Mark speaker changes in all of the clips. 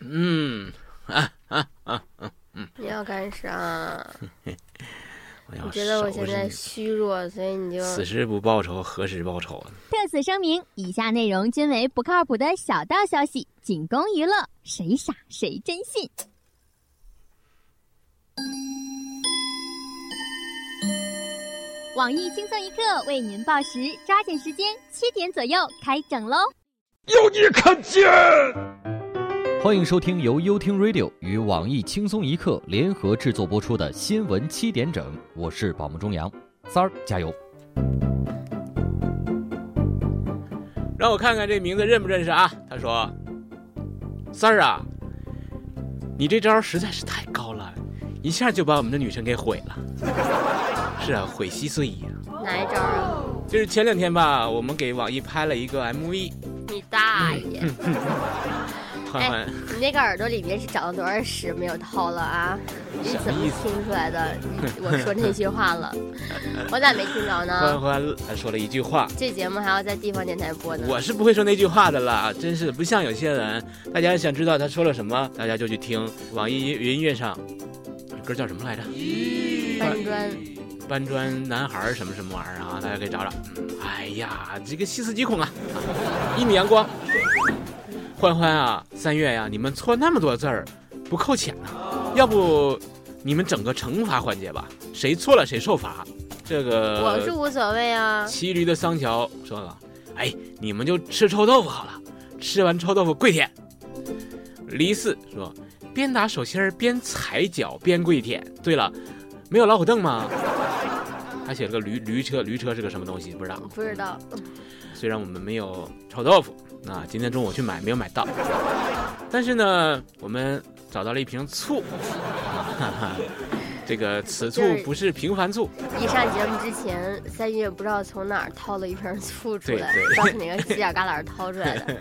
Speaker 1: 嗯
Speaker 2: 你要干啥？
Speaker 1: 我要
Speaker 2: 你觉得我
Speaker 1: 收
Speaker 2: 现
Speaker 1: 拾
Speaker 2: 在
Speaker 1: 啊你
Speaker 2: 虚弱，所以你就
Speaker 1: 此时不报仇，何时报仇啊？
Speaker 3: 特此声明，以下内容均为不靠谱的小道消息，仅供娱乐，谁傻谁真信。网易轻松一刻为您报时，抓紧时间，七点左右开整喽！
Speaker 4: 欢迎收听由优听 Radio 与网易轻松一刻联合制作播出的新闻七点整，我是宝木中阳，三儿加油！
Speaker 1: 让我看看这名字认不认识啊？他说：“三儿啊，你这招实在是太高了，一下就把我们的女神给毁了。 是啊，毁稀碎呀、
Speaker 2: 哪一招啊？
Speaker 1: 就是前两天吧，我们给网易拍了一个 MV，
Speaker 2: 你大爷！
Speaker 1: 嗯欢欢，
Speaker 2: 你那个耳朵里面是长了多少屎没有掏了啊？你
Speaker 1: 什
Speaker 2: 怎
Speaker 1: 么
Speaker 2: 么
Speaker 1: 意思
Speaker 2: 听出来的？我说那句话了， 我咋没听着
Speaker 1: 欢
Speaker 2: 呢？
Speaker 1: 欢还说了一句话。”
Speaker 2: 这节目还要在地方电台播呢。
Speaker 1: 我是不会说那句话的啦，真是不像有些人，大家想知道他说了什么，大家就去听网易云音乐上，歌叫什么来着？
Speaker 2: 搬砖，
Speaker 1: 搬砖男孩儿什么什么玩意儿啊？大家可以找找。嗯，哎呀，这个细思极恐啊！啊一米阳光，欢欢啊，三月呀、你们错那么多字儿，不扣钱啊？要不你们整个惩罚环节吧，谁错了谁受罚。这个
Speaker 2: 我是无所谓啊。
Speaker 1: 骑驴的桑乔说了：“哎，你们就吃臭豆腐好了，吃完臭豆腐跪舔。”黎四说：“边打手心儿边踩脚边跪舔。”对了，没有老虎凳吗？ 还写了个驴驴车，驴车是个什么东西？不知道。
Speaker 2: 不知道，
Speaker 1: 虽然我们没有臭豆腐啊，今天中午去买没有买到，但是呢，我们找到了一瓶醋。 哈哈，这个此醋
Speaker 2: 就是
Speaker 1: 不是平凡醋，
Speaker 2: 一上节目之前，三月不知道从哪儿掏了一瓶醋出来，
Speaker 1: 对对
Speaker 2: 不知道是哪个犄角旮旯掏出来 的，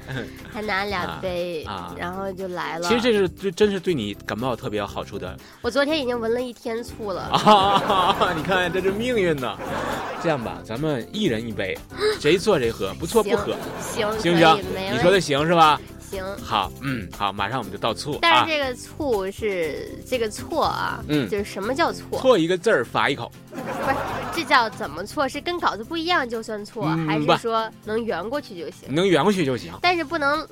Speaker 2: 还拿俩杯，
Speaker 1: 啊啊
Speaker 2: 然后就来了。
Speaker 1: 其实这是这真是对你感冒特别有好处的
Speaker 2: 我昨天已经闻了一天醋了，
Speaker 1: 啊！ 你看，这是命运呐。这样吧，咱们一人一 杯，谁错谁喝，不错不喝，
Speaker 2: 行
Speaker 1: 行不
Speaker 2: 可以
Speaker 1: 行？
Speaker 2: 没
Speaker 1: 你说的
Speaker 2: 问题，
Speaker 1: 行是吧？
Speaker 2: 行。
Speaker 1: 好，嗯，好，马上我们就倒醋
Speaker 2: 但
Speaker 1: 啊
Speaker 2: 是，这个醋是、这个错啊，
Speaker 1: 嗯
Speaker 2: 就是什么叫错？
Speaker 1: 错一个字儿罚一口，
Speaker 2: 这叫怎么错？是跟稿子不一样就算错，
Speaker 1: 嗯
Speaker 2: 还
Speaker 1: 不嗯
Speaker 2: 是说能圆过去就行？
Speaker 1: 能圆过去就行。
Speaker 2: 但是不能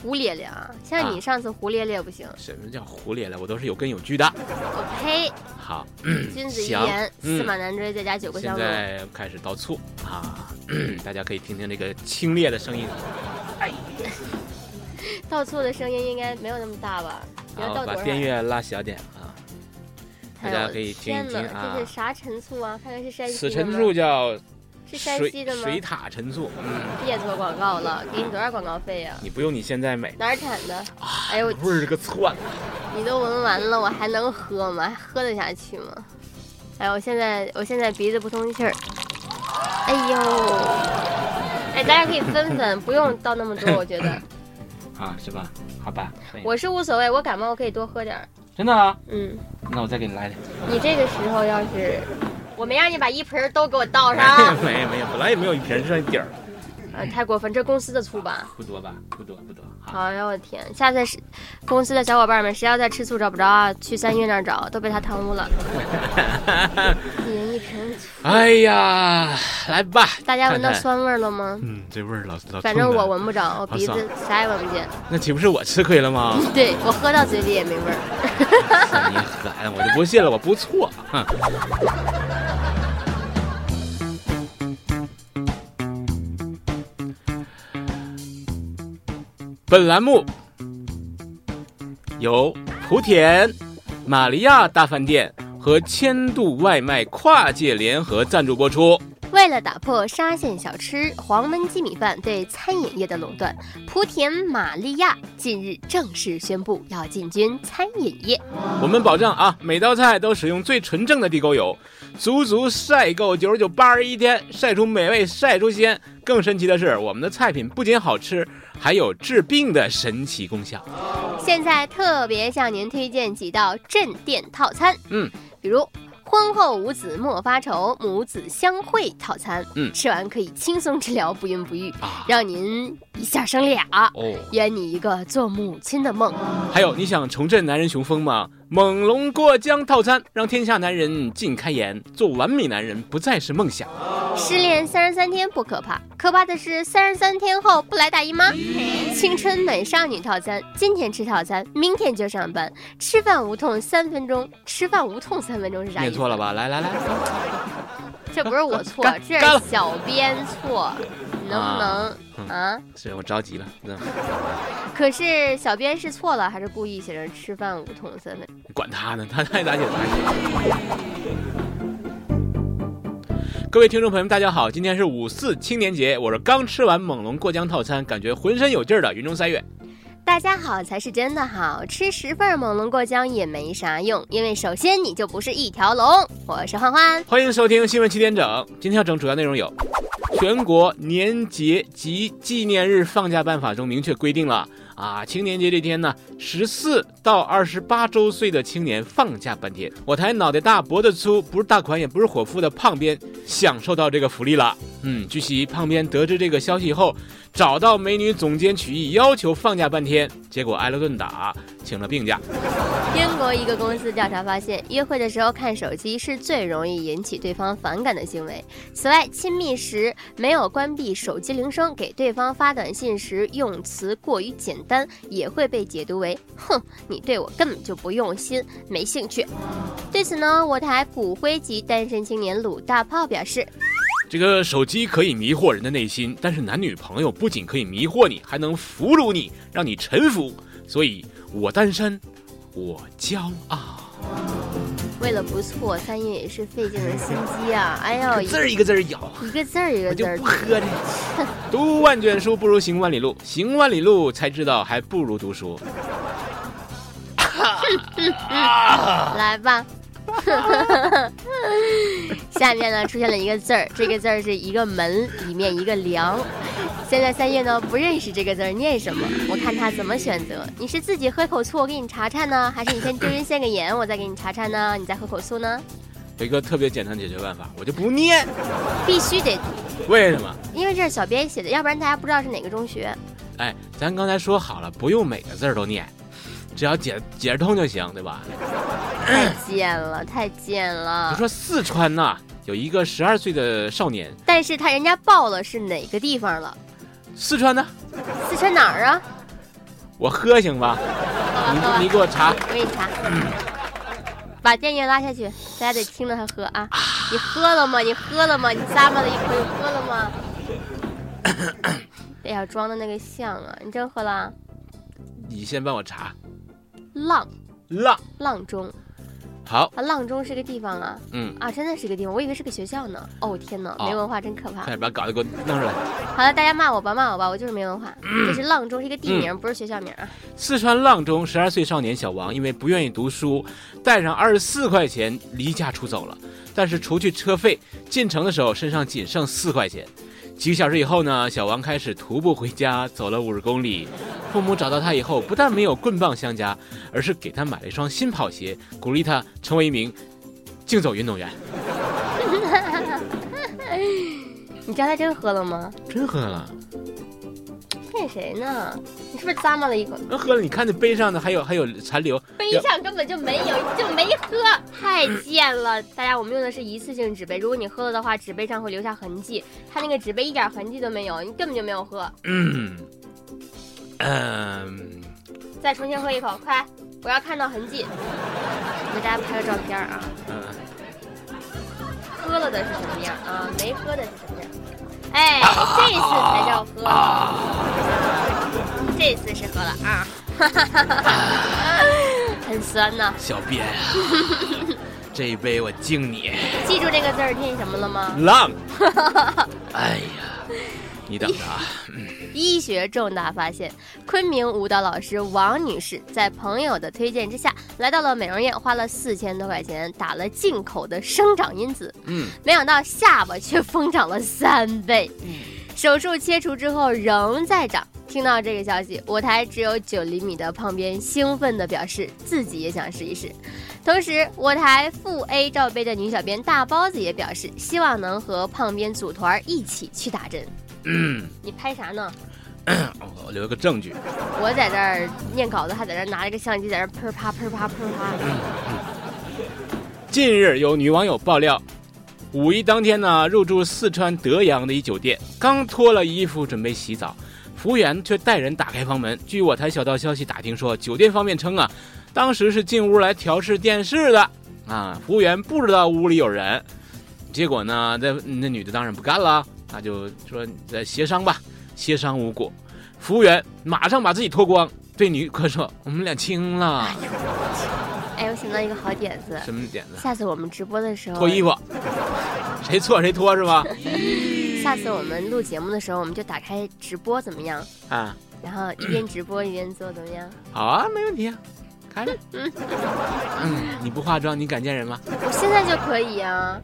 Speaker 2: 胡咧咧啊！像
Speaker 1: 啊
Speaker 2: 你上次胡咧咧不行，
Speaker 1: 什么叫胡咧咧？我都是有根有据的。
Speaker 2: 我 呸！
Speaker 1: 好，
Speaker 2: 君子一
Speaker 1: 行
Speaker 2: 言，
Speaker 1: 嗯
Speaker 2: 驷马难追，再加九个
Speaker 1: 现
Speaker 2: 香炉。
Speaker 1: 在开始倒醋啊， 大家可以听听这个清冽的声音，
Speaker 2: 倒醋的声音应该没有那么大吧？你
Speaker 1: 然
Speaker 2: 要
Speaker 1: 后
Speaker 2: 倒
Speaker 1: 啊把
Speaker 2: 多少？
Speaker 1: 电乐拉小点啊。大
Speaker 2: 哎呦
Speaker 1: 家可以听一
Speaker 2: 天
Speaker 1: 听
Speaker 2: 哪，
Speaker 1: 啊
Speaker 2: 这是啥陈醋啊？看看是山西
Speaker 1: 此
Speaker 2: 的
Speaker 1: 陈
Speaker 2: 吗？
Speaker 1: 醋叫
Speaker 2: 是山
Speaker 1: 水
Speaker 2: 西的吗？
Speaker 1: 水塔陈醋，嗯，
Speaker 2: 别做广告了，给你多少广告费呀、
Speaker 1: 你不用你现在美。
Speaker 2: 哪儿产的？哎呦，
Speaker 1: 味儿个窜！
Speaker 2: 你都闻完了，我还能喝吗？还喝得下去吗？哎，我现在我现在鼻子不通气儿。哎呦，哎，大家可以分分，不用倒那么多，我觉得
Speaker 1: 啊，是吧？好吧，可以
Speaker 2: 我是无所谓，我感冒我可以多喝点儿。
Speaker 1: 真的啊，
Speaker 2: 嗯，
Speaker 1: 那我再给你来点。，
Speaker 2: 你这个时候要是，我没让你把一盆儿都给我倒上啊
Speaker 1: 没有没有，本来也没有一瓶，剩一底儿，
Speaker 2: 啊太过分，这公司的醋吧。
Speaker 1: 不多吧？不多不多。 好，
Speaker 2: 哎呦我天！下次是公司的小伙伴们，谁要再吃醋找不着啊，去三月那儿找，都被他贪污了。一人一瓶醋，
Speaker 1: 哎呀，来吧，
Speaker 2: 大家闻到
Speaker 1: 看看
Speaker 2: 酸味儿了吗？
Speaker 1: 嗯，这味儿老老。
Speaker 2: 反正我，闻不着，我鼻
Speaker 1: 好
Speaker 2: 子啥也闻不见。
Speaker 1: 那岂不是我吃亏了吗？
Speaker 2: 对我喝到嘴里也没味儿。
Speaker 1: 你狠，我就不信了，我不错。哼本栏目由莆田玛利亚大饭店和千度外卖跨界联合赞助播出。
Speaker 2: 为了打破沙县小吃黄焖鸡米饭对餐饮业的垄断，莆田玛利亚近日正式宣布要进军餐饮业。
Speaker 1: 我们保证啊，每道菜都使用最纯正的地沟油，足足晒够九十九八十一天，晒出美味，晒出鲜。更神奇的是，我们的菜品不仅好吃，还有治病的神奇功效。
Speaker 2: 现在特别向您推荐几道镇店套餐，
Speaker 1: 嗯，
Speaker 2: 比如婚后无子莫发愁，母子相会套餐，
Speaker 1: 嗯
Speaker 2: 吃完可以轻松治疗不孕不育，
Speaker 1: 啊
Speaker 2: 让您一下生俩，
Speaker 1: 哦。
Speaker 2: 圆你一个做母亲的梦。
Speaker 1: 还有，你想重振男人雄风吗？猛龙过江套餐，让天下男人尽开颜，做完美男人不再是梦想。
Speaker 2: 失恋三十三天不可怕，可怕的是三十三天后不来大姨妈。青春美少女套餐，今天吃套餐，明天就上班，吃饭无痛三分钟，吃饭无痛三分钟是啥意
Speaker 1: 念
Speaker 2: 思？
Speaker 1: 错了吧？来来来，
Speaker 2: 这不是我错
Speaker 1: 干，
Speaker 2: 这
Speaker 1: 干了
Speaker 2: 是小编错，能不能啊？
Speaker 1: 是我着急了，嗯
Speaker 2: 可是小编是错了，还是故意写成吃饭无痛三分？
Speaker 1: 管他呢，他爱咋写咋写。各位听众朋友们，大家好，今天是五四青年节，我是刚吃完猛龙过江套餐，感觉浑身有劲儿的云中三月。
Speaker 2: 大家好才是真的好，吃十份猛龙过江也没啥用，因为首先你就不是一条龙。我是欢欢，
Speaker 1: 欢迎收听新闻七点整。今天要整主要内容有：全国年节及纪念日放假办法中明确规定了啊，青年节这天呢，十四到二十八周岁的青年放假半天。我台脑袋大脖子粗，不是大款也不是伙夫的胖边享受到这个福利了。嗯，据悉，胖边得知这个消息后，找到美女总监曲艺，要求放假半天，结果挨了顿打，请了病假。
Speaker 2: 英国一个公司调查发现，约会的时候看手机是最容易引起对方反感的行为。此外，亲密时没有关闭手机铃声，给对方发短信时用词过于简单，也会被解读为“哼，你对我根本就不用心，没兴趣”。对此呢，我台骨灰级单身青年鲁大炮表示，
Speaker 1: 这个手机可以迷惑人的内心，但是男女朋友不仅可以迷惑你，还能俘虏你，让你臣服。所以我单身，我骄傲，
Speaker 2: 为了不错，三爷也是费尽了心机啊！哎呦，
Speaker 1: 一个字儿一个字儿咬，
Speaker 2: 一个字儿一
Speaker 1: 我
Speaker 2: 个字
Speaker 1: 就
Speaker 2: 儿
Speaker 1: 不喝这。 读万卷书不如行万里路，行万里路才知道还不如读书。
Speaker 2: 来吧。 下面呢出现了一个字儿，这个字儿是一个门里面一个梁。现在三月呢不认识这个字儿念什么，我看他怎么选择。你是自己喝口醋，我给你查查呢，还是你先丢人现个眼，我再给你查查呢？你再喝口醋呢？
Speaker 1: 有一个特别简单的解决办法，我就不念。
Speaker 2: 必须得读，
Speaker 1: 为什么？
Speaker 2: 因为这是小编写的，要不然大家不知道是哪个中学。
Speaker 1: 哎，咱刚才说好了，不用每个字儿都念，只要解解释通就行，对吧？
Speaker 2: 太贱了，太贱
Speaker 1: 你
Speaker 2: 了！
Speaker 1: 说四川呐、有一个十二岁的少年，
Speaker 2: 但是他人家报了是哪个地方了？
Speaker 1: 四川呢，
Speaker 2: 四川哪儿啊？
Speaker 1: 我喝行吧？
Speaker 2: 好吧，好吧
Speaker 1: 你你给我查，
Speaker 2: 我给你查，把电源拉下去，大家得听着他喝啊！你喝了吗？你喝了吗？你咂巴了一口，你喝 了吗？哎呀，装的那个像啊！你真喝了啊？
Speaker 1: 你先帮我查
Speaker 2: 浪
Speaker 1: 浪。
Speaker 2: 浪中
Speaker 1: 好，
Speaker 2: 啊，浪中是个地方啊
Speaker 1: 嗯，
Speaker 2: 啊，真的是个地方，我以为是个学校呢。哦，天哪，
Speaker 1: 哦
Speaker 2: 没文化真可怕
Speaker 1: 快。点把稿子给我弄出来。
Speaker 2: 好了，大家骂我吧，骂我吧，我就是没文化。
Speaker 1: 嗯
Speaker 2: 这是浪中是一个地名，不是学校名啊。
Speaker 1: 四川阆中十二岁少年小王因为不愿意读书，带上二十四块钱离家出走了。但是除去车费，进城的时候身上仅剩四块钱。几个小时以后呢，小王开始徒步回家，走了五十公里。父母找到他以后，不但没有棍棒相加，而是给他买了一双新跑鞋，鼓励他成为一名竞走运动员。
Speaker 2: 你刚才真喝了吗？
Speaker 1: 真喝了，
Speaker 2: 骗谁呢？你是不是咂摸了一口？
Speaker 1: 真喝了！你看那杯上的还有还有残留，
Speaker 2: 杯上根本就没有，就没喝，太贱了！大家，我们用的是一次性纸杯，如果你喝了的话，纸杯上会留下痕迹。它那个纸杯一点痕迹都没有，你根本就没有喝。
Speaker 1: 嗯，嗯，
Speaker 2: 再重新喝一口，快！我要看到痕迹。给大家拍个照片啊，
Speaker 1: 嗯
Speaker 2: 喝了的是什么样啊？没喝的是什么样？哎，这次才叫喝，这次是喝了啊， 很酸呐、
Speaker 1: 小编啊，这一杯我敬你，
Speaker 2: 记住这个字儿念什么了吗？
Speaker 1: 浪。 哎呀，你等着啊，
Speaker 2: 医学重大发现，昆明舞蹈老师王女士在朋友的推荐之下，来到了美容院，花了四千多块钱打了进口的生长因子，
Speaker 1: 嗯，
Speaker 2: 没想到
Speaker 1: 嗯
Speaker 2: 下巴却疯长了三倍。手术切除之后仍在长，听到这个消息，我台只有九厘米的胖边兴奋地表示自己也想试一试。同时，我台负 A 罩杯的女小编大包子也表示，希望能和胖边组团一起去打针。
Speaker 1: 嗯，
Speaker 2: 你拍啥呢？
Speaker 1: 我留个证据。
Speaker 2: 我在这儿念稿子，还在这儿拿着个相机，在这儿喷啪喷啪喷啪。
Speaker 1: 近日，有女网友爆料，五一当天呢，入住四川德阳的一酒店，刚脱了衣服准备洗澡，服务员却带人打开房门。据我台小道消息打听说，酒店方面称啊，当时是进屋来调试电视的啊，服务员不知道屋里有人，结果呢，那那女的当然不干了，那就说呃协商吧，协商无果，服务员马上把自己脱光，对女客说：“我们俩亲了，
Speaker 2: 哎，我想到一个好点子，
Speaker 1: 什么点子？
Speaker 2: 下次我们直播的时候，
Speaker 1: 脱衣服，谁错谁脱是吧？”
Speaker 2: 下次我们录节目的时候，我们就打开直播怎么样？
Speaker 1: 啊，
Speaker 2: 然后一边直播一边做怎么样？
Speaker 1: 好啊，没问题啊，开着。嗯，你不化妆，你敢见人吗？
Speaker 2: 我现在就可以啊，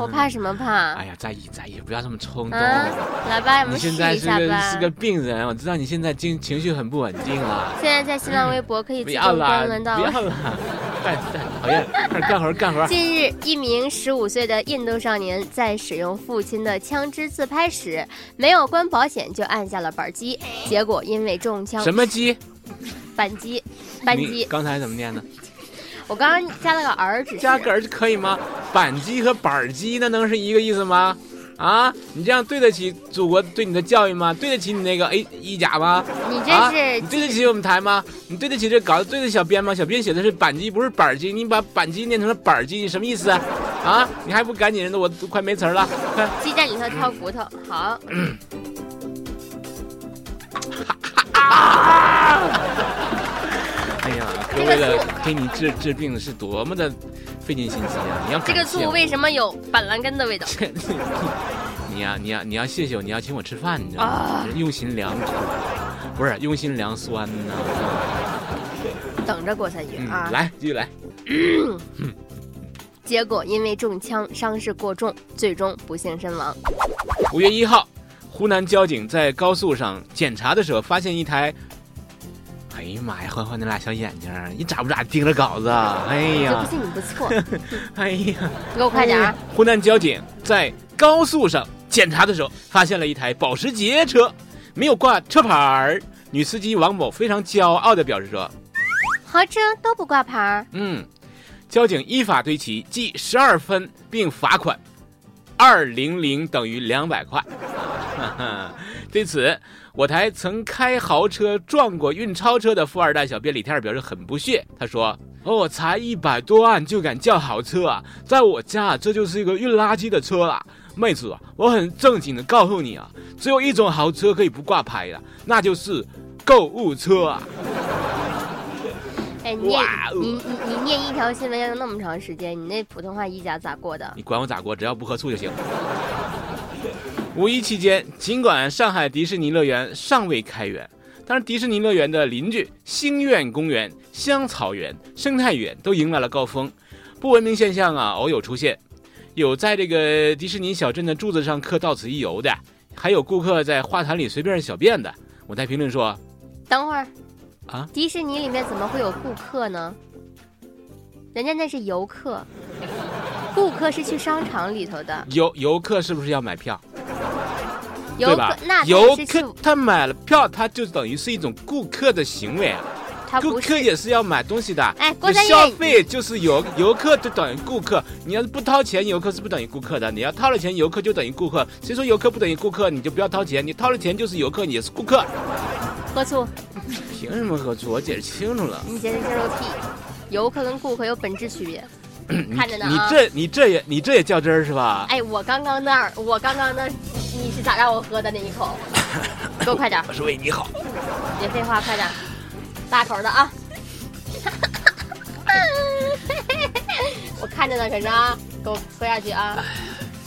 Speaker 2: 我怕什么怕
Speaker 1: 哎呀，在意在意，不要这么冲动。
Speaker 2: 啊？来吧，我
Speaker 1: 你
Speaker 2: 们试
Speaker 1: 现在
Speaker 2: 一
Speaker 1: 是
Speaker 2: 下
Speaker 1: 个
Speaker 2: 吧
Speaker 1: 是。个病人，我知道你现在情情绪很不稳定了。
Speaker 2: 现在在新浪微博可以
Speaker 1: 不
Speaker 2: 自
Speaker 1: 要
Speaker 2: 动
Speaker 1: 啦，
Speaker 2: 关
Speaker 1: 不
Speaker 2: 联到
Speaker 1: 要 啦，干干，讨厌，快点干活干活。
Speaker 2: 近日，一名十五岁的印度少年在使用父亲的枪支自拍时，没有关保险就按下了扳机，结果因为中枪
Speaker 1: 什么鸡？
Speaker 2: 扳机，扳
Speaker 1: 你
Speaker 2: 机。
Speaker 1: 刚才怎么念的？
Speaker 2: 我刚刚加了个儿，只是
Speaker 1: 加个儿就可以吗？扳机和板儿机那能是一个意思吗？啊，你这样对得起祖国对你的教育吗？对得起你那个 A 一甲吗？
Speaker 2: 你这
Speaker 1: 啊，
Speaker 2: 是
Speaker 1: 你对得起我们台吗？你对得起这稿子对得起小编吗？小编写的是板机，不是板机，你把板机念成了板机，你什么意思啊？啊，你还不赶紧的，我都快没词儿 了，快！
Speaker 2: 鸡蛋里头挑骨头。好，
Speaker 1: 哎呀，
Speaker 2: 这
Speaker 1: 哥
Speaker 2: 个
Speaker 1: 为了
Speaker 2: 醋
Speaker 1: 给你治治病是多么的费尽心机啊！你要
Speaker 2: 这个
Speaker 1: 感谢
Speaker 2: 醋
Speaker 1: 我
Speaker 2: 为什么有板蓝根的味道？
Speaker 1: 这这 你呀、你呀、你要谢谢我，你要请我吃饭，你知道吗？
Speaker 2: 啊
Speaker 1: 用心良苦，不是用心良酸呐、
Speaker 2: 等着郭三爷
Speaker 1: 嗯，
Speaker 2: 啊！
Speaker 1: 来，继续来。
Speaker 2: 结果因为中枪，伤势过重，最终不幸身亡。
Speaker 1: 五月一号，湖南交警在高速上检查的时候，发现一台。哎呀妈呀，欢欢那俩小眼睛儿，你咋不咋盯着稿子啊？哎
Speaker 2: 就不
Speaker 1: 呀，
Speaker 2: 信你不错，
Speaker 1: 哎呀，
Speaker 2: 你给我快点
Speaker 1: 哎
Speaker 2: 啊
Speaker 1: 呀！！湖南交警在高速上检查的时候，发现了一台保时捷车，没有挂车牌儿。女司机王某非常骄傲地表示说：“
Speaker 2: 豪车都不挂牌儿，
Speaker 1: 嗯，交警依法对其记十二分，并罚款二零零等于两百块。 对此，我台曾开豪车撞过运钞车的富二代小编李天儿表示很不屑，他说：“哦，才一百多万就敢叫豪车啊，在我家这就是一个运垃圾的车啦。”妹子啊，我很正经的告诉你啊，只有一种豪车可以不挂牌的，那就是购物车啊。
Speaker 2: 哎，你念
Speaker 1: 哇哦
Speaker 2: 你你你念一条新闻要用那么长时间，你那普通话一甲咋过的？
Speaker 1: 你管我咋过，只要不喝醋就行。 五一期间，尽管上海迪士尼乐园尚未开园，但是迪士尼乐园的邻居星苑公园、香草园、生态园都迎来了高峰。不文明现象啊，偶有出现，有在这个迪士尼小镇的柱子上刻“到此一游”的，还有顾客在花坛里随便小便的。我在评论说，
Speaker 2: 等会儿
Speaker 1: 啊，
Speaker 2: 迪士尼里面怎么会有顾客呢？人家那是游客，顾客是去商场里头的，
Speaker 1: 游游客是不是要买票？
Speaker 2: 游
Speaker 1: 对
Speaker 2: 客
Speaker 1: 吧？
Speaker 2: 那他
Speaker 1: 游
Speaker 2: 是去
Speaker 1: 客他买了票，他就等于是一种顾客的行为啊。
Speaker 2: 他
Speaker 1: 顾
Speaker 2: 不
Speaker 1: 客
Speaker 2: 是。
Speaker 1: 也是要买东西的。
Speaker 2: 哎，郭
Speaker 1: 你
Speaker 2: 三
Speaker 1: 消
Speaker 2: 爷，
Speaker 1: 费就是游游客就等于顾客，你要是不掏钱，游客是不等于顾客的。你要掏了钱，游客就等于顾客。谁说游客不等于顾客？你就不要掏钱，你掏了钱就是游客，你也是顾客。
Speaker 2: 喝醋，
Speaker 1: 凭什么喝醋？我解释清楚了。
Speaker 2: 你简直是肉屁！游客跟顾客有本质区别，
Speaker 1: 你
Speaker 2: 看着呢
Speaker 1: 嗯你
Speaker 2: 啊
Speaker 1: 这你这也你这也较真儿是吧？
Speaker 2: 哎，我刚刚那儿，我刚刚那儿，你是咋让我喝的那一 口？给我快点儿，
Speaker 1: 我是为你好。
Speaker 2: 别废话，快点儿，大口的啊！我看着呢，可是啊，给我喝下去啊，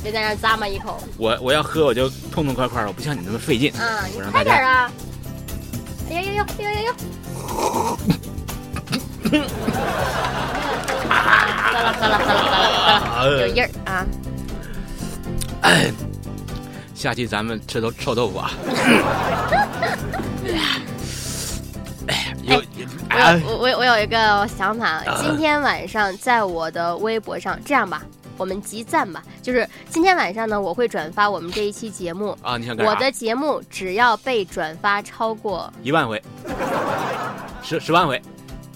Speaker 2: 别在那儿咂摸一口
Speaker 1: 我我要喝我就痛痛快快，我不像你那么费劲。
Speaker 2: 啊！
Speaker 1: 我
Speaker 2: 你
Speaker 1: 让大
Speaker 2: 快点儿
Speaker 1: 家
Speaker 2: 啊！哎呀呀呀呀呀呀！喝了喝了喝了喝了喝了，有印儿啊！
Speaker 1: 下期咱们吃豆臭豆腐啊。有
Speaker 2: 我
Speaker 1: 哎啊
Speaker 2: 有我我我有一个想法，今天晚上在我的微博上，这样吧，我们集赞吧。就是今天晚上呢，我会转发我们这一期节目。
Speaker 1: 啊！你想干啥？
Speaker 2: 我的节目只要被转发超过，
Speaker 1: 一万回，十十万回，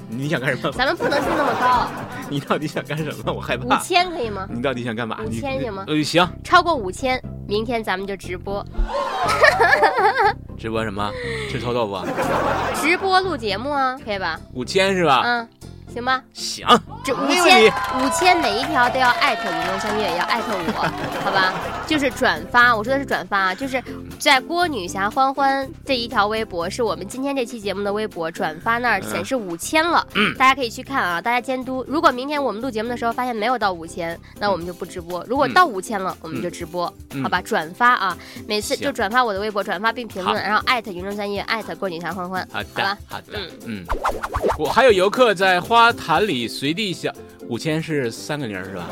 Speaker 1: 你想干什么？
Speaker 2: 咱们不能定那么高，
Speaker 1: 你到底想干什么？我害
Speaker 2: 五
Speaker 1: 怕。
Speaker 2: 千可以吗？
Speaker 1: 你到底想干嘛？
Speaker 2: 五
Speaker 1: 你
Speaker 2: 千行吗
Speaker 1: 呃，行，
Speaker 2: 超过五千，明天咱们就直播，
Speaker 1: 直播什么？吃臭豆腐 啊？
Speaker 2: 直播录节目啊，可以吧？
Speaker 1: 五千是吧？
Speaker 2: 嗯，行吧。
Speaker 1: 行，
Speaker 2: 这五
Speaker 1: 没问题
Speaker 2: 千五千每一条都要艾特雨中相约，也要艾特 我，好吧？就是转发，我说的是转发，啊，就是在郭女侠欢欢这一条微博，是我们今天这期节目的微博转发那儿
Speaker 1: 嗯
Speaker 2: 显示五千了，大家可以去看啊，大家监督。如果明天我们录节目的时候发现没有到五千，那我们就不直播；如果到五千了，我们就直播，
Speaker 1: 嗯
Speaker 2: 好吧？转发啊，每次
Speaker 1: 行
Speaker 2: 就转发我的微博，转发并评论，
Speaker 1: 好
Speaker 2: 然后艾特云中相约，艾特郭女侠欢欢，
Speaker 1: 好
Speaker 2: 好
Speaker 1: 的
Speaker 2: 吧，
Speaker 1: 好的，嗯。我还有游客在花坛里随地小，五千是三个零儿是吧？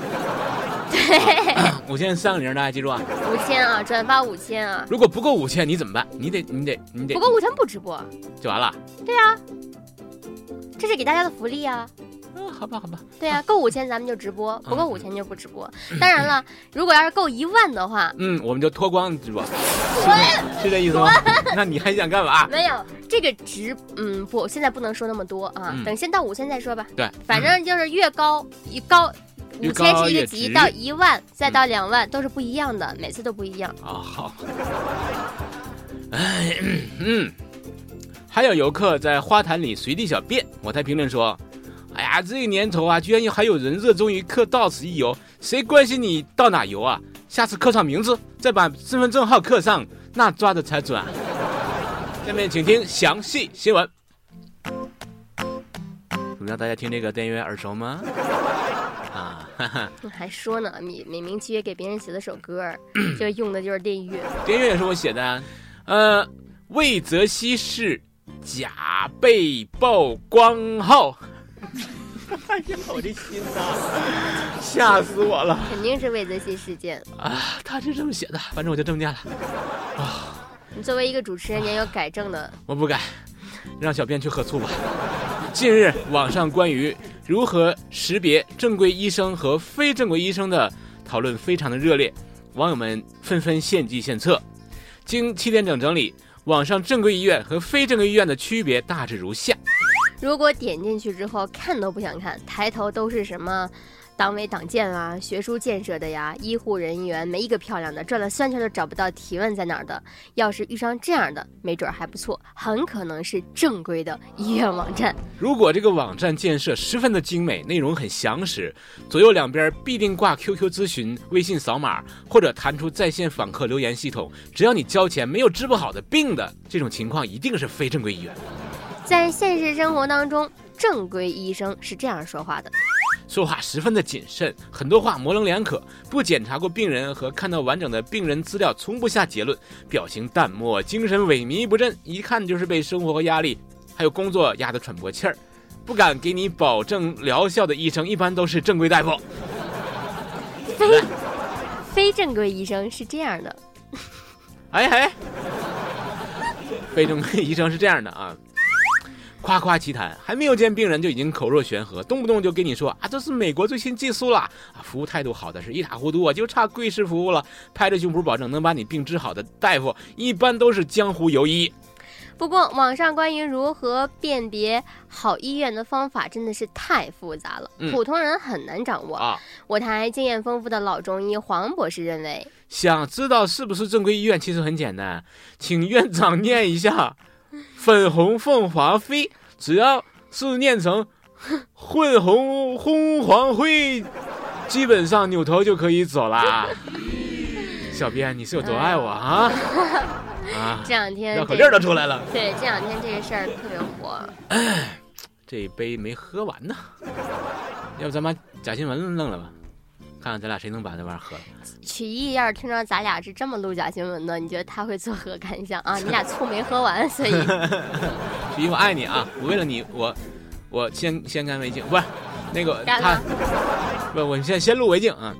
Speaker 1: 对，五千是三个零儿，大家记住啊！
Speaker 2: 五千啊，转发五千啊，
Speaker 1: 如果不够五千，你怎么办？你得，你得，你得
Speaker 2: 不过五千不直播。啊
Speaker 1: 就完了。
Speaker 2: 这是给大家的福利啊！
Speaker 1: 嗯，好吧，好吧，
Speaker 2: 对啊，够五千咱们就直播，
Speaker 1: 嗯
Speaker 2: 不够五千就不直播。当然了，如果要是够一万的话，
Speaker 1: 嗯，我们就脱光直播，是是这意思吗？ 那你还想干嘛？
Speaker 2: 没有这个直，嗯，不，现在不能说那么多啊，
Speaker 1: 嗯
Speaker 2: 等先到五千再说吧。
Speaker 1: 对，
Speaker 2: 反正就是越高一高，
Speaker 1: 越
Speaker 2: 五
Speaker 1: 高
Speaker 2: 千是一
Speaker 1: 越
Speaker 2: 个级，
Speaker 1: 值嗯
Speaker 2: 到一万再到两万都是不一样的，每次都不一样。
Speaker 1: 啊、好。哎，嗯，还有游客在花坛里随地小便，我才评论说：“哎呀，这个年头啊，居然还有人热衷于刻到此一游，谁关心你到哪游啊？下次刻上名字，再把身份证号刻上，那抓的才准啊！”下面请听详细新闻。怎么样？大家听这个电乐耳熟吗？啊，哈哈。
Speaker 2: 嗯还说呢，米美名其曰给别人写的首歌儿，
Speaker 1: 嗯
Speaker 2: 就用的就是电乐。
Speaker 1: 电乐也是我写的、啊，呃，魏则西是假被曝光后。哎呀，我这心呐、吓死我了
Speaker 2: 肯定是魏则西事件。
Speaker 1: 啊！他是这么写的，反正我就这么念了，
Speaker 2: 你作为一个主持人，你也有改正的，
Speaker 1: 我不改，让小编去喝醋吧。近日，网上关于如何识别正规医生和非正规医生的讨论非常的热烈，网友们纷纷献计献策。经七点整整理，网上正规医院和非正规医院的区别大致如下。
Speaker 2: 如果点进去之后看都不想看，抬头都是什么党委党建啊、学术建设的呀、医护人员没一个漂亮的，转了三圈都找不到提问在哪儿的。要是遇上这样的，没准儿还不错，很可能是正规的医院网站。
Speaker 1: 如果这个网站建设十分的精美，内容很详实，左右两边必定挂 QQ 咨询、微信扫码，或者弹出在线访客留言系统。只要你交钱，没有治不好的病的，这种情况一定是非正规医院。
Speaker 2: 在现实生活当中，正规医生是这样说话的。
Speaker 1: 说话十分的谨慎，很多话模棱两可，不检查过病人和看到完整的病人资料，从不下结论，表情淡漠，精神萎靡不振，一看就是被生活和压力还有工作压得喘不过气儿。不敢给你保证疗效的医生，一般都是正规大夫。
Speaker 2: 非非正规医生是这样的，
Speaker 1: 哎哎，非正规医生是这样的啊，夸夸其谈，还没有见病人就已经口若悬河，动不动就跟你说啊，这是美国最新技术啦，啊，服务态度好的是一塌糊涂啊，就差贵式服务了，拍着胸脯保证能把你病治好的大夫，一般都是江湖游医。
Speaker 2: 不过，网上关于如何辨别好医院的方法真的是太复杂了，
Speaker 1: 嗯
Speaker 2: 普通人很难掌握
Speaker 1: 啊。
Speaker 2: 我台经验丰富的老中医黄博士认为，
Speaker 1: 想知道是不是正规医院，其实很简单，请院长念一下“粉红凤凰飞”，只要是念成“混红红黄灰”，基本上扭头就可以走啦。小编，你是有多爱我啊？啊，
Speaker 2: 这两天
Speaker 1: 绕口
Speaker 2: 这
Speaker 1: 令儿都出来了，
Speaker 2: 对这两天这个事儿特别火。
Speaker 1: 这一杯没喝完呢，要不咱把假新闻弄了吧，看看咱俩谁能把这玩意儿喝了。
Speaker 2: 曲艺要是听着咱俩是这么录假新闻的，你觉得他会作何感想啊？你俩醋没喝完，所以
Speaker 1: 徐一，我爱你啊！我为了你，我我先先干为敬，不是那个
Speaker 2: 干
Speaker 1: 他
Speaker 2: 了，
Speaker 1: 不，我们先先录为敬啊。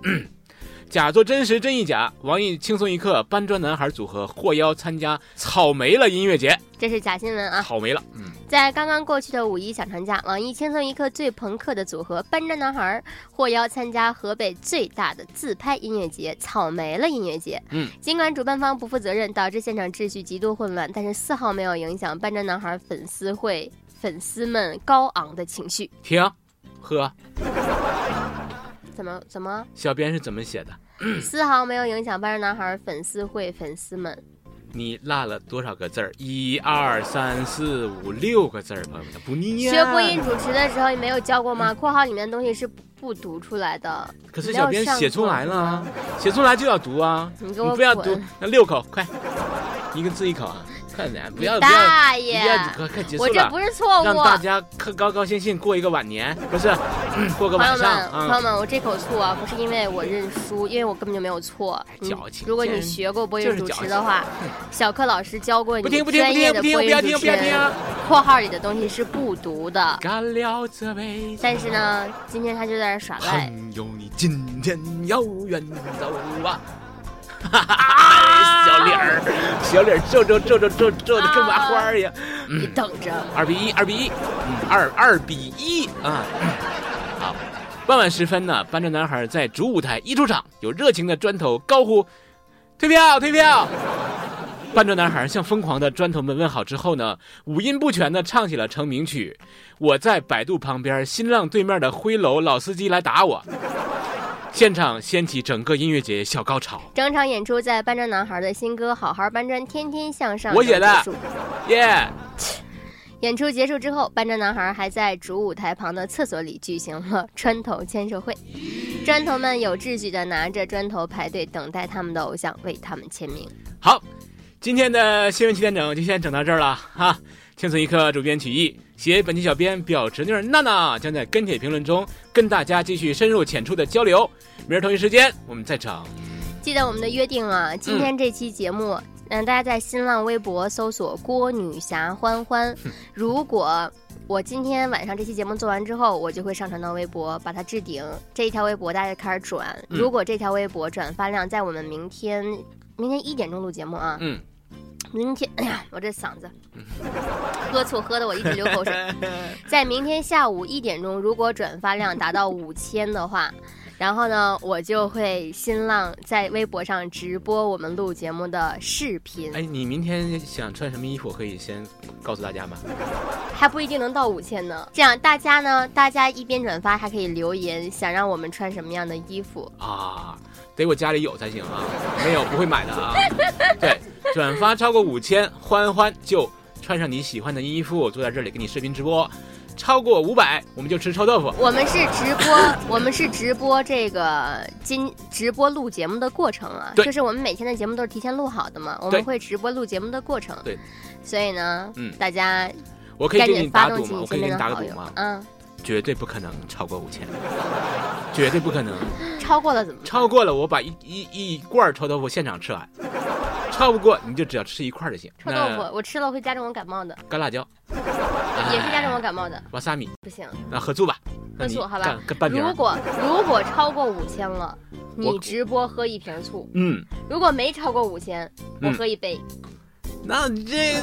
Speaker 1: 假作真实真亦假，网易轻松一刻搬砖男孩组合获邀参加草莓了音乐节，
Speaker 2: 这是假新闻啊！
Speaker 1: 草莓了，嗯，
Speaker 2: 在刚刚过去的五一小长假，网易轻松一刻最朋克的组合搬砖男孩获邀参加河北最大的自拍音乐节——草莓了音乐节。
Speaker 1: 嗯，
Speaker 2: 尽管主办方不负责任，导致现场秩序极度混乱，但是丝毫没有影响搬砖男孩粉丝会粉丝们高昂的情绪。
Speaker 1: 停，喝，
Speaker 2: 怎么怎么？
Speaker 1: 小编是怎么写的？
Speaker 2: 丝毫没有影响搬砖男孩粉丝会粉丝们。
Speaker 1: 你落了多少个字儿？一二三四五六个字儿，朋友们，不念。
Speaker 2: 学播音主持的时候，你没有教过吗？括号里面的东西是不不读出来的。
Speaker 1: 嗯可是小编写出来了啊，写出来就要读啊，
Speaker 2: 你给我
Speaker 1: 不要
Speaker 2: 滚
Speaker 1: 读，那六口快，一个字一口啊，快点，不要不要，
Speaker 2: 大
Speaker 1: 不
Speaker 2: 爷，
Speaker 1: 要快快结束
Speaker 2: 我这
Speaker 1: 了
Speaker 2: 不，是错误。
Speaker 1: 让大家可高高兴兴过一个晚年，不是，嗯过个
Speaker 2: 朋
Speaker 1: 晚
Speaker 2: 友
Speaker 1: 上
Speaker 2: 们，朋
Speaker 1: 啊
Speaker 2: 友。们，我这口错啊，不是因为我认输，因为我根本就没有错。嗯
Speaker 1: 哎矫情
Speaker 2: 如果你
Speaker 1: 真
Speaker 2: 学过播
Speaker 1: 就
Speaker 2: 音
Speaker 1: 是
Speaker 2: 主
Speaker 1: 矫
Speaker 2: 持
Speaker 1: 情
Speaker 2: 的话，小课老师教过你
Speaker 1: 不听不听不
Speaker 2: 专业
Speaker 1: 听
Speaker 2: 的
Speaker 1: 不
Speaker 2: 播音
Speaker 1: 听，不要听
Speaker 2: 主持
Speaker 1: 不要听
Speaker 2: 人
Speaker 1: 啊！
Speaker 2: 括号里的东西是不读的。
Speaker 1: 干了这杯酒，
Speaker 2: 但是呢，哎今天他就在这儿耍赖。
Speaker 1: 哎朋友，你今天要远走 啊！哈哈，小脸儿，小脸儿皱皱皱皱皱皱的跟麻花儿一样。
Speaker 2: 你等着，
Speaker 1: 二比一，二比一，嗯，二二比一啊！好，傍晚时分呢，搬砖男孩在主舞台一出场，有热情的砖头高呼：“退票，退票！”搬砖男孩向疯狂的砖头们问好之后呢，五音不全的唱起了成名曲《我在百度旁边，新浪对面的灰楼老司机来打我》，现场掀起整个音乐节小高潮。
Speaker 2: 整场演出在搬砖男孩的新歌《好好搬砖，天天向上》
Speaker 1: 我写的
Speaker 2: 中结束
Speaker 1: 耶、
Speaker 2: 演出结束之后，搬砖男孩还在主舞台旁的厕所里举行了 砖头签售会，砖头们有秩序的拿着砖头排队等待他们的偶像为他们签名。
Speaker 1: 好，今天的新闻七点整就先整到这儿了哈。千存一刻，主编曲艺，写本期小编表侄女儿娜娜将在跟帖评论中跟大家继续深入浅出的交流。明儿同一时间我们再整。
Speaker 2: 记得我们的约定啊，今天这期节目，嗯、大家在新浪微博搜索“郭女侠欢欢”，如果。我今天晚上这期节目做完之后，我就会上传到微博，把它置顶。这一条微博大家就开始转。
Speaker 1: 嗯
Speaker 2: 如果这条微博转发量在我们明天明天一点钟录节目啊，
Speaker 1: 嗯，
Speaker 2: 明天， 哎呀，我这 嗓子，喝醋喝的我一直流口水。在明天下午一点钟，如果转发量达到五千的话，然后呢，我就会新浪在微博上直播我们录节目的视频，
Speaker 1: 哎，你明天想穿什么衣服可以先告诉大家吗？
Speaker 2: 还不一定能到五千呢。这样大家呢，大家一边转发还可以留言，想让我们穿什么样的衣服。
Speaker 1: 啊，得我家里有才行啊，没有不会买的啊。对，转发超过五千，欢欢就穿上你喜欢的衣服，坐在这里给你视频直播。超过五百，我们就吃臭豆腐。
Speaker 2: 我们是直 播，我们是直播这个今直播录节目的过程啊，
Speaker 1: 对
Speaker 2: 就是我们每天的节目都是提前录好的嘛，我
Speaker 1: 对
Speaker 2: 们会直播录节目的过程。
Speaker 1: 对，
Speaker 2: 所以呢，
Speaker 1: 嗯
Speaker 2: 大家
Speaker 1: 我可以
Speaker 2: 赶
Speaker 1: 给你
Speaker 2: 紧发
Speaker 1: 打
Speaker 2: 动
Speaker 1: 赌
Speaker 2: 起
Speaker 1: 吗？
Speaker 2: 你
Speaker 1: 我可
Speaker 2: 身
Speaker 1: 以给
Speaker 2: 边
Speaker 1: 你
Speaker 2: 的
Speaker 1: 打个
Speaker 2: 好
Speaker 1: 赌
Speaker 2: 友
Speaker 1: 吗？？
Speaker 2: 嗯，
Speaker 1: 绝对不可能超过五千，绝对不可能。
Speaker 2: 超过了怎么办？
Speaker 1: 超过了，我把一一一罐臭豆腐现场吃完。超不过你就只要吃一块儿就行。
Speaker 2: 臭豆腐，我吃了会加重我感冒的，
Speaker 1: 那干辣椒，啊
Speaker 2: 也是加重我感冒的，
Speaker 1: 瓦萨米，
Speaker 2: 不行。
Speaker 1: 那喝醋吧，那你
Speaker 2: 喝醋好吧
Speaker 1: 干干半瓶儿。
Speaker 2: 如果如果超过五千了，
Speaker 1: 我
Speaker 2: 你直播喝一瓶醋；
Speaker 1: 嗯，
Speaker 2: 如果没超过五千，我
Speaker 1: 嗯
Speaker 2: 喝一杯，
Speaker 1: 那这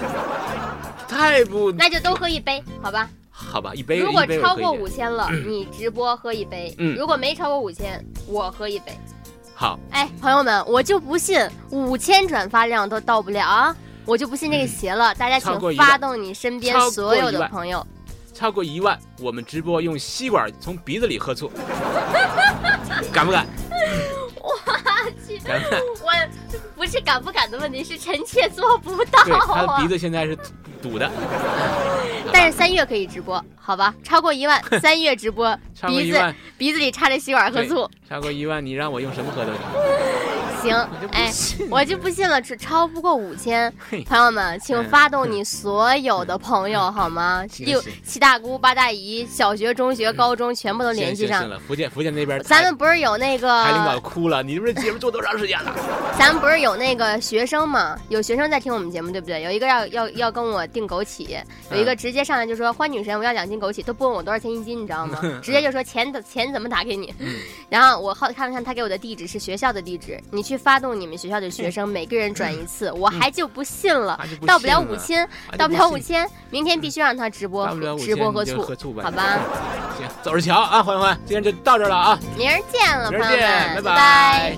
Speaker 1: 太不
Speaker 2: 那就都喝一杯，好吧？
Speaker 1: 好吧，一杯
Speaker 2: 如果
Speaker 1: 一杯
Speaker 2: 超
Speaker 1: 我可以
Speaker 2: 过
Speaker 1: 接
Speaker 2: 五 千了，你直播喝一杯；
Speaker 1: 嗯
Speaker 2: 如果没超过五千，我喝一杯。
Speaker 1: 好，
Speaker 2: 哎，朋友们，我就不信五千转发量都到不了啊！我就不信这个邪了，大家
Speaker 1: 超过
Speaker 2: 请
Speaker 1: 一万
Speaker 2: 发动你身
Speaker 1: 嗯
Speaker 2: 边
Speaker 1: 超过
Speaker 2: 所有
Speaker 1: 一
Speaker 2: 的
Speaker 1: 万
Speaker 2: 朋友。
Speaker 1: 超过一万，我们直播用吸管从鼻子里喝 醋，敢不敢？敢不敢？
Speaker 2: 我不是敢不敢的问题，是臣妾做不到
Speaker 1: 对，他的
Speaker 2: 啊
Speaker 1: 鼻。子现在是堵的。
Speaker 2: 但是三月可以直播，好吧？超 过一万，三月直播，
Speaker 1: 超过
Speaker 2: 鼻
Speaker 1: 一
Speaker 2: 子
Speaker 1: 万
Speaker 2: 鼻子里插着吸管喝醋。
Speaker 1: 超过一万，你让我用什么喝都行。
Speaker 2: 行，哎，我就不信了，只超不过五千
Speaker 1: 嘿，嗯
Speaker 2: 朋友们，请发动你所有的朋友好吗？
Speaker 1: 行
Speaker 2: 六
Speaker 1: 行嗯
Speaker 2: 七大姑八大姨，小学、中学、高中全部都联
Speaker 1: 行
Speaker 2: 系
Speaker 1: 行行
Speaker 2: 上。
Speaker 1: 了，福建福建那边
Speaker 2: 咱
Speaker 1: 台
Speaker 2: 们不呃是有那
Speaker 1: 台领导
Speaker 2: 个，
Speaker 1: 哭了，你们这节目做多长时间了？
Speaker 2: 咱们不是有那个学生嘛？有学生在听我们节目，对不对？有一个要要要跟我订枸杞，
Speaker 1: 嗯
Speaker 2: 有一个直接上来就说欢女神，我要两斤枸杞，都不问我多少钱一斤，你知道吗？
Speaker 1: 嗯
Speaker 2: 直接就说钱怎钱怎么打给你。 然后我好看了看他给我的地址是学校的地址，你去发动你们学校的学生，每个人转一次，我还就不信了
Speaker 1: 嗯还就，不
Speaker 2: 到不了
Speaker 1: 信了
Speaker 2: 五千，
Speaker 1: 啊
Speaker 2: 到不了
Speaker 1: 就
Speaker 2: 五，
Speaker 1: 信
Speaker 2: 千，明天必须让他直播
Speaker 1: 到不了五千
Speaker 2: 直播
Speaker 1: 你
Speaker 2: 喝
Speaker 1: 就
Speaker 2: 醋，
Speaker 1: 喝醋吧
Speaker 2: 好吧？
Speaker 1: 行，走着瞧啊，欢欢，今天就到这儿了啊，
Speaker 2: 明儿见了，
Speaker 1: 明
Speaker 2: 朋
Speaker 1: 儿
Speaker 2: 友
Speaker 1: 见，
Speaker 2: 们，
Speaker 1: 拜。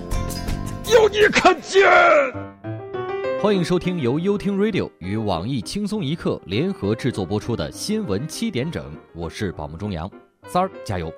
Speaker 4: 欢迎收听由优听 Radio 与网易轻松一刻联合制作播出的新闻七点整，我是宝木中阳，三儿加油！